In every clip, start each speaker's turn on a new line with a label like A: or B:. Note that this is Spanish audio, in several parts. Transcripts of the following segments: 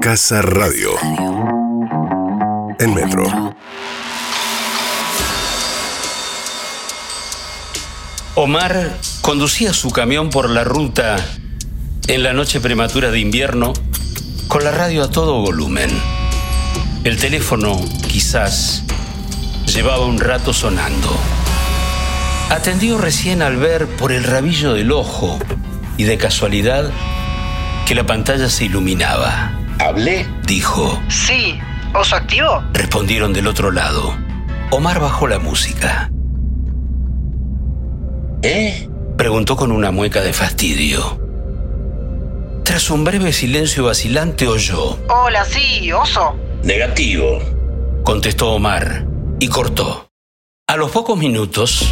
A: Casa Radio. En Metro.
B: Omar conducía su camión por la ruta en la noche prematura de invierno con la radio a todo volumen. El teléfono, quizás, llevaba un rato sonando. Atendió recién al ver por el rabillo del ojo y de casualidad que la pantalla se iluminaba.
C: Hablé.
B: Dijo,
D: Sí, oso activo.
B: respondieron del otro lado. Omar bajó la música.
C: ¿Eh?
B: Preguntó con una mueca de fastidio. Tras un breve silencio vacilante oyó,
D: Hola, sí, oso.
C: Negativo.
B: contestó Omar, y cortó. A los pocos minutos,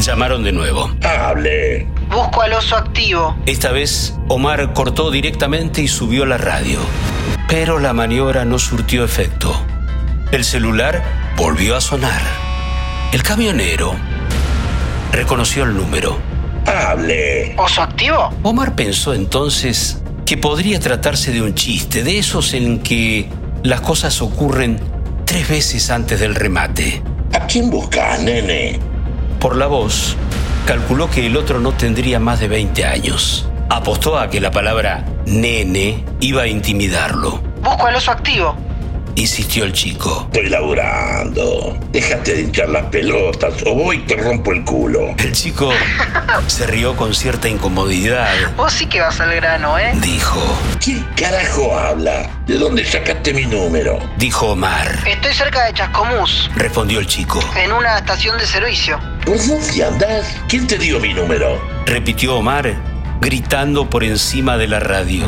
B: llamaron de nuevo.
C: Hablé.
D: Busco al oso activo.
B: Esta vez, Omar cortó directamente y subió la radio. Pero la maniobra no surtió efecto. El celular volvió a sonar. El camionero reconoció el número.
C: Hablé.
D: ¿Oso activo?
B: Omar pensó entonces que podría tratarse de un chiste, de esos en que las cosas ocurren tres veces antes del remate.
C: ¿A quién buscas, nene?
B: Por la voz, calculó que el otro no tendría más de 20 años. Apostó a que la palabra nene iba a intimidarlo.
D: Busco al oso activo.
B: Insistió el chico.
C: Estoy laburando. Déjate de hinchar las pelotas o voy y te rompo el culo.
B: El chico se rió con cierta incomodidad.
D: Vos sí que vas al grano, ¿eh?
B: Dijo,
C: ¿Quién carajo habla? ¿De dónde sacaste mi número?
B: dijo Omar.
D: Estoy cerca de Chascomús,
B: Respondió el chico.
D: en una estación de servicio.
C: ¿Por dónde andás? ¿Quién te dio mi número?
B: Repitió Omar, gritando por encima de la radio.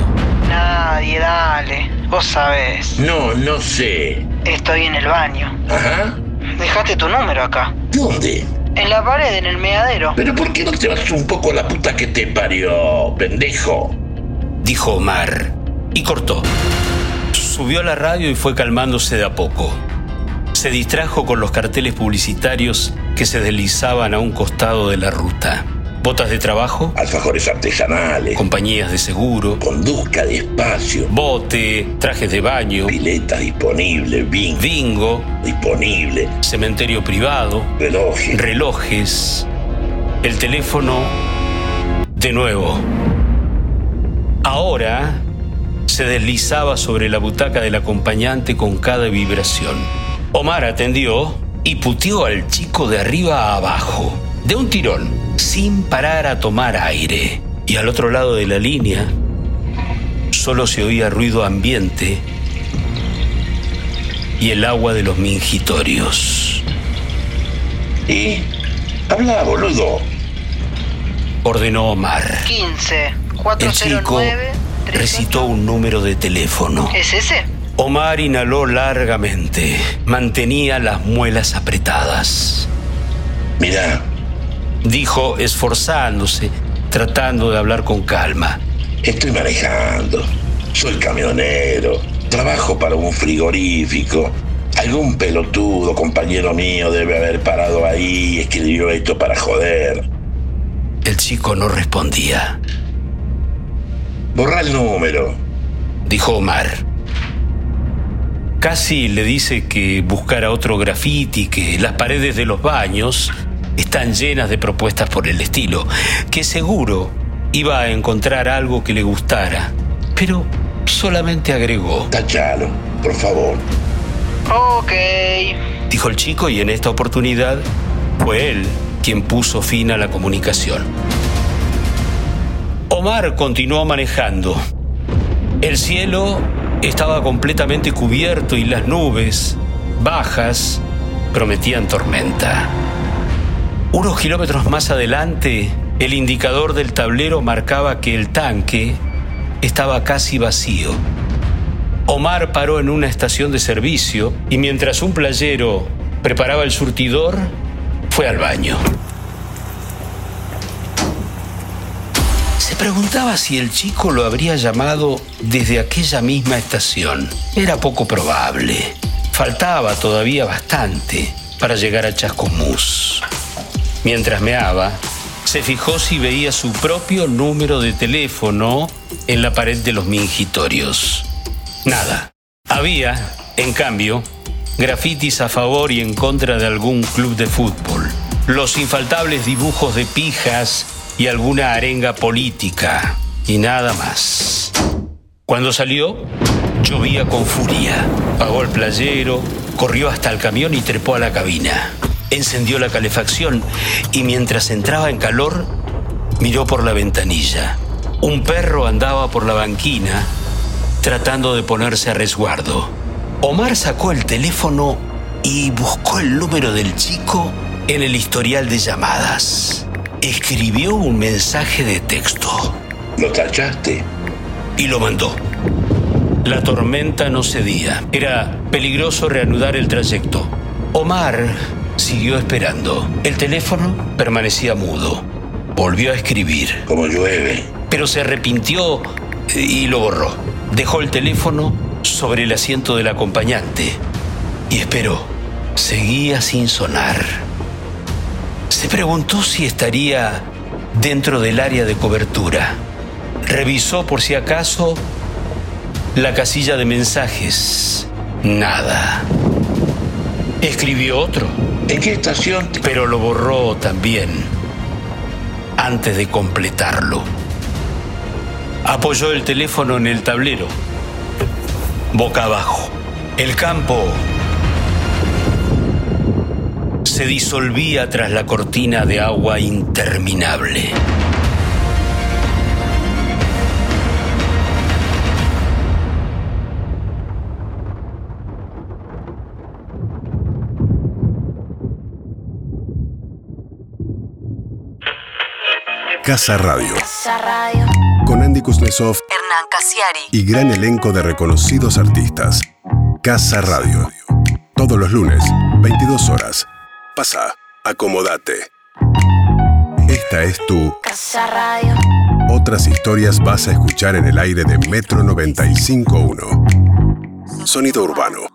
D: Nadie, dale. Vos sabés.
C: No, no sé.
D: Estoy en el baño.
C: ¿Ajá?
D: Dejaste tu número acá.
C: ¿Dónde?
D: En la pared, en el meadero.
C: ¿Pero por qué no te vas un poco a la puta que te parió, pendejo?
B: dijo Omar, y cortó. Subió a la radio y fue calmándose de a poco. Se distrajo con los carteles publicitarios que se deslizaban a un costado de la ruta. Botas de trabajo,
C: Alfajores artesanales.
B: compañías de seguro,
C: Conduzca despacio.
B: bote, trajes de baño,
C: Pileta disponible, bingo.
B: bingo,
C: disponible,
B: cementerio privado,
C: reloj,
B: relojes, el teléfono, de nuevo. Ahora se deslizaba sobre la butaca del acompañante con cada vibración. Omar atendió y puteó al chico de arriba a abajo, de un tirón, sin parar a tomar aire. Y al otro lado de la línea solo se oía ruido ambiente y el agua de los mingitorios.
C: ¿Y? ¿Eh? Habla, boludo.
B: ordenó Omar.
D: 15
B: El chico
D: 409
B: recitó un número de teléfono.
D: ¿Es ese?
B: Omar inhaló largamente. Mantenía las muelas apretadas.
C: Mirá,
B: Dijo, esforzándose, tratando de hablar con calma.
C: estoy manejando. Soy camionero. Trabajo para un frigorífico. Algún pelotudo compañero mío debe haber parado ahí y escribió esto para joder.
B: El chico no respondía.
C: Borra el número.
B: Dijo Omar. Casi le dice que buscara otro graffiti, que las paredes de los baños están llenas de propuestas por el estilo, que seguro iba a encontrar algo que le gustara, pero solamente agregó.
C: Tachalo, por favor.
D: Ok.
B: dijo el chico y en esta oportunidad fue él quien puso fin a la comunicación. Omar continuó manejando. El cielo estaba completamente cubierto y las nubes, bajas, prometían tormenta. Unos kilómetros más adelante, el indicador del tablero marcaba que el tanque estaba casi vacío. Omar paró en una estación de servicio y mientras un playero preparaba el surtidor, fue al baño. Se preguntaba si el chico lo habría llamado desde aquella misma estación. Era poco probable. Faltaba todavía bastante para llegar a Chascomús. Mientras meaba, se fijó si veía su propio número de teléfono en la pared de los mingitorios. Nada. Había, en cambio, grafitis a favor y en contra de algún club de fútbol, los infaltables dibujos de pijas y alguna arenga política, y nada más. Cuando salió, llovía con furia. Pagó el playero, corrió hasta el camión y trepó a la cabina. Encendió la calefacción y mientras entraba en calor, miró por la ventanilla. Un perro andaba por la banquina tratando de ponerse a resguardo. Omar sacó el teléfono y buscó el número del chico en el historial de llamadas. Escribió un mensaje de texto
C: ¿Lo tachaste?
B: y lo mandó. La tormenta no cedía. Era peligroso reanudar el trayecto. Omar siguió esperando. El teléfono permanecía mudo. Volvió a escribir
C: Como llueve.
B: pero se arrepintió y lo borró. Dejó el teléfono sobre el asiento del acompañante y esperó. Seguía sin sonar. Se preguntó si estaría dentro del área de cobertura. Revisó por si acaso la casilla de mensajes. Nada. Escribió otro,
C: ¿En qué estación? te-
B: pero lo borró también antes de completarlo. Apoyó el teléfono en el tablero, boca abajo. El campo se disolvía tras la cortina de agua interminable.
A: Casa Radio.
E: Casa Radio.
A: Con Andy Kuznetsov
E: Hernán Casiari.
A: y gran elenco de reconocidos artistas. Casa Radio. Todos los lunes, 22 horas. Pasa, acomodate. Esta es tu
E: Casa Radio.
A: Otras historias vas a escuchar en el aire de Metro 95.1. Sonido urbano.